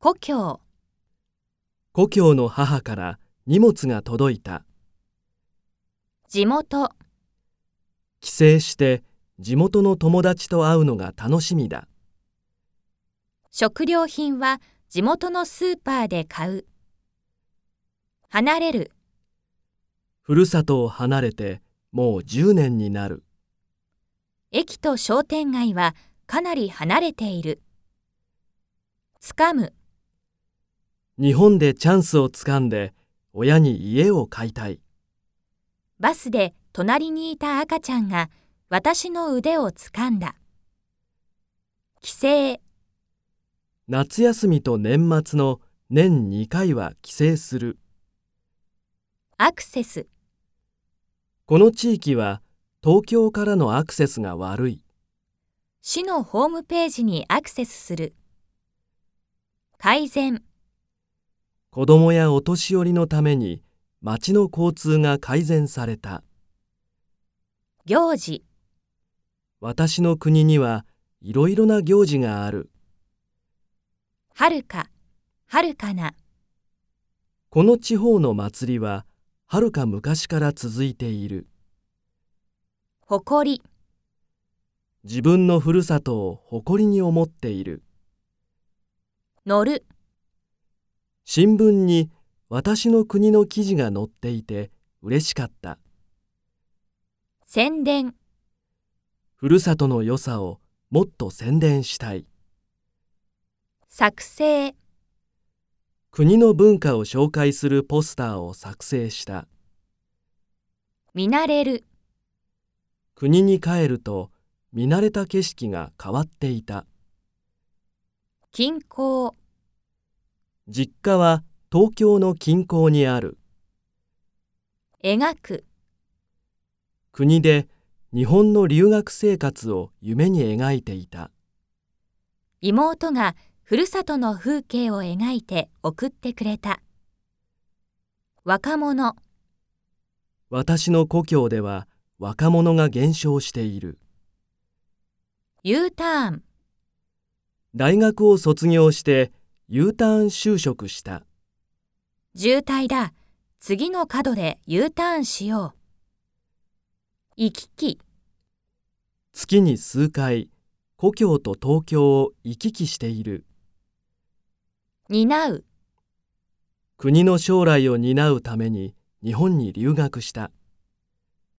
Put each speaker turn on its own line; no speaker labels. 故郷、
故郷の母から荷物が届いた。
地元、
帰省して地元の友達と会うのが楽しみだ。
食料品は地元のスーパーで買う。離れる、
ふるさとを離れてもう10年になる。
駅と商店街はかなり離れている。つかむ、
日本でチャンスをつかんで親に家を買いたい。
バスで隣にいた赤ちゃんが私の腕をつかんだ。帰省、
夏休みと年末の年2回は帰省する。
アクセス、
この地域は東京からのアクセスが悪い。
市のホームページにアクセスする。改善、
子供やお年寄りのために町の交通が改善された。
行事、
私の国にはいろいろな行事がある。
はるか、はるかな、
この地方の祭りははるか昔から続いている
誇り、
自分のふるさとを誇りに思っている
乗る、
新聞に私の国の記事が載っていて嬉しかった
宣伝、
ふるさとの良さをもっと宣伝したい
作成、
国の文化を紹介するポスターを作成した
見慣れる、
国に帰ると見慣れた景色が変わっていた
近郊、
実家は東京の近郊にある
描く、
国で日本の留学生活を夢に描いていた
妹がふるさとの風景を描いて送ってくれた。若者、
私の故郷では若者が減少している
U ターン、
大学を卒業して U ターン就職した
渋滞だ。次の角で U ターンしよう。行き来、
月に数回故郷と東京を行き来している
担う。
国の将来を担うために日本に留学した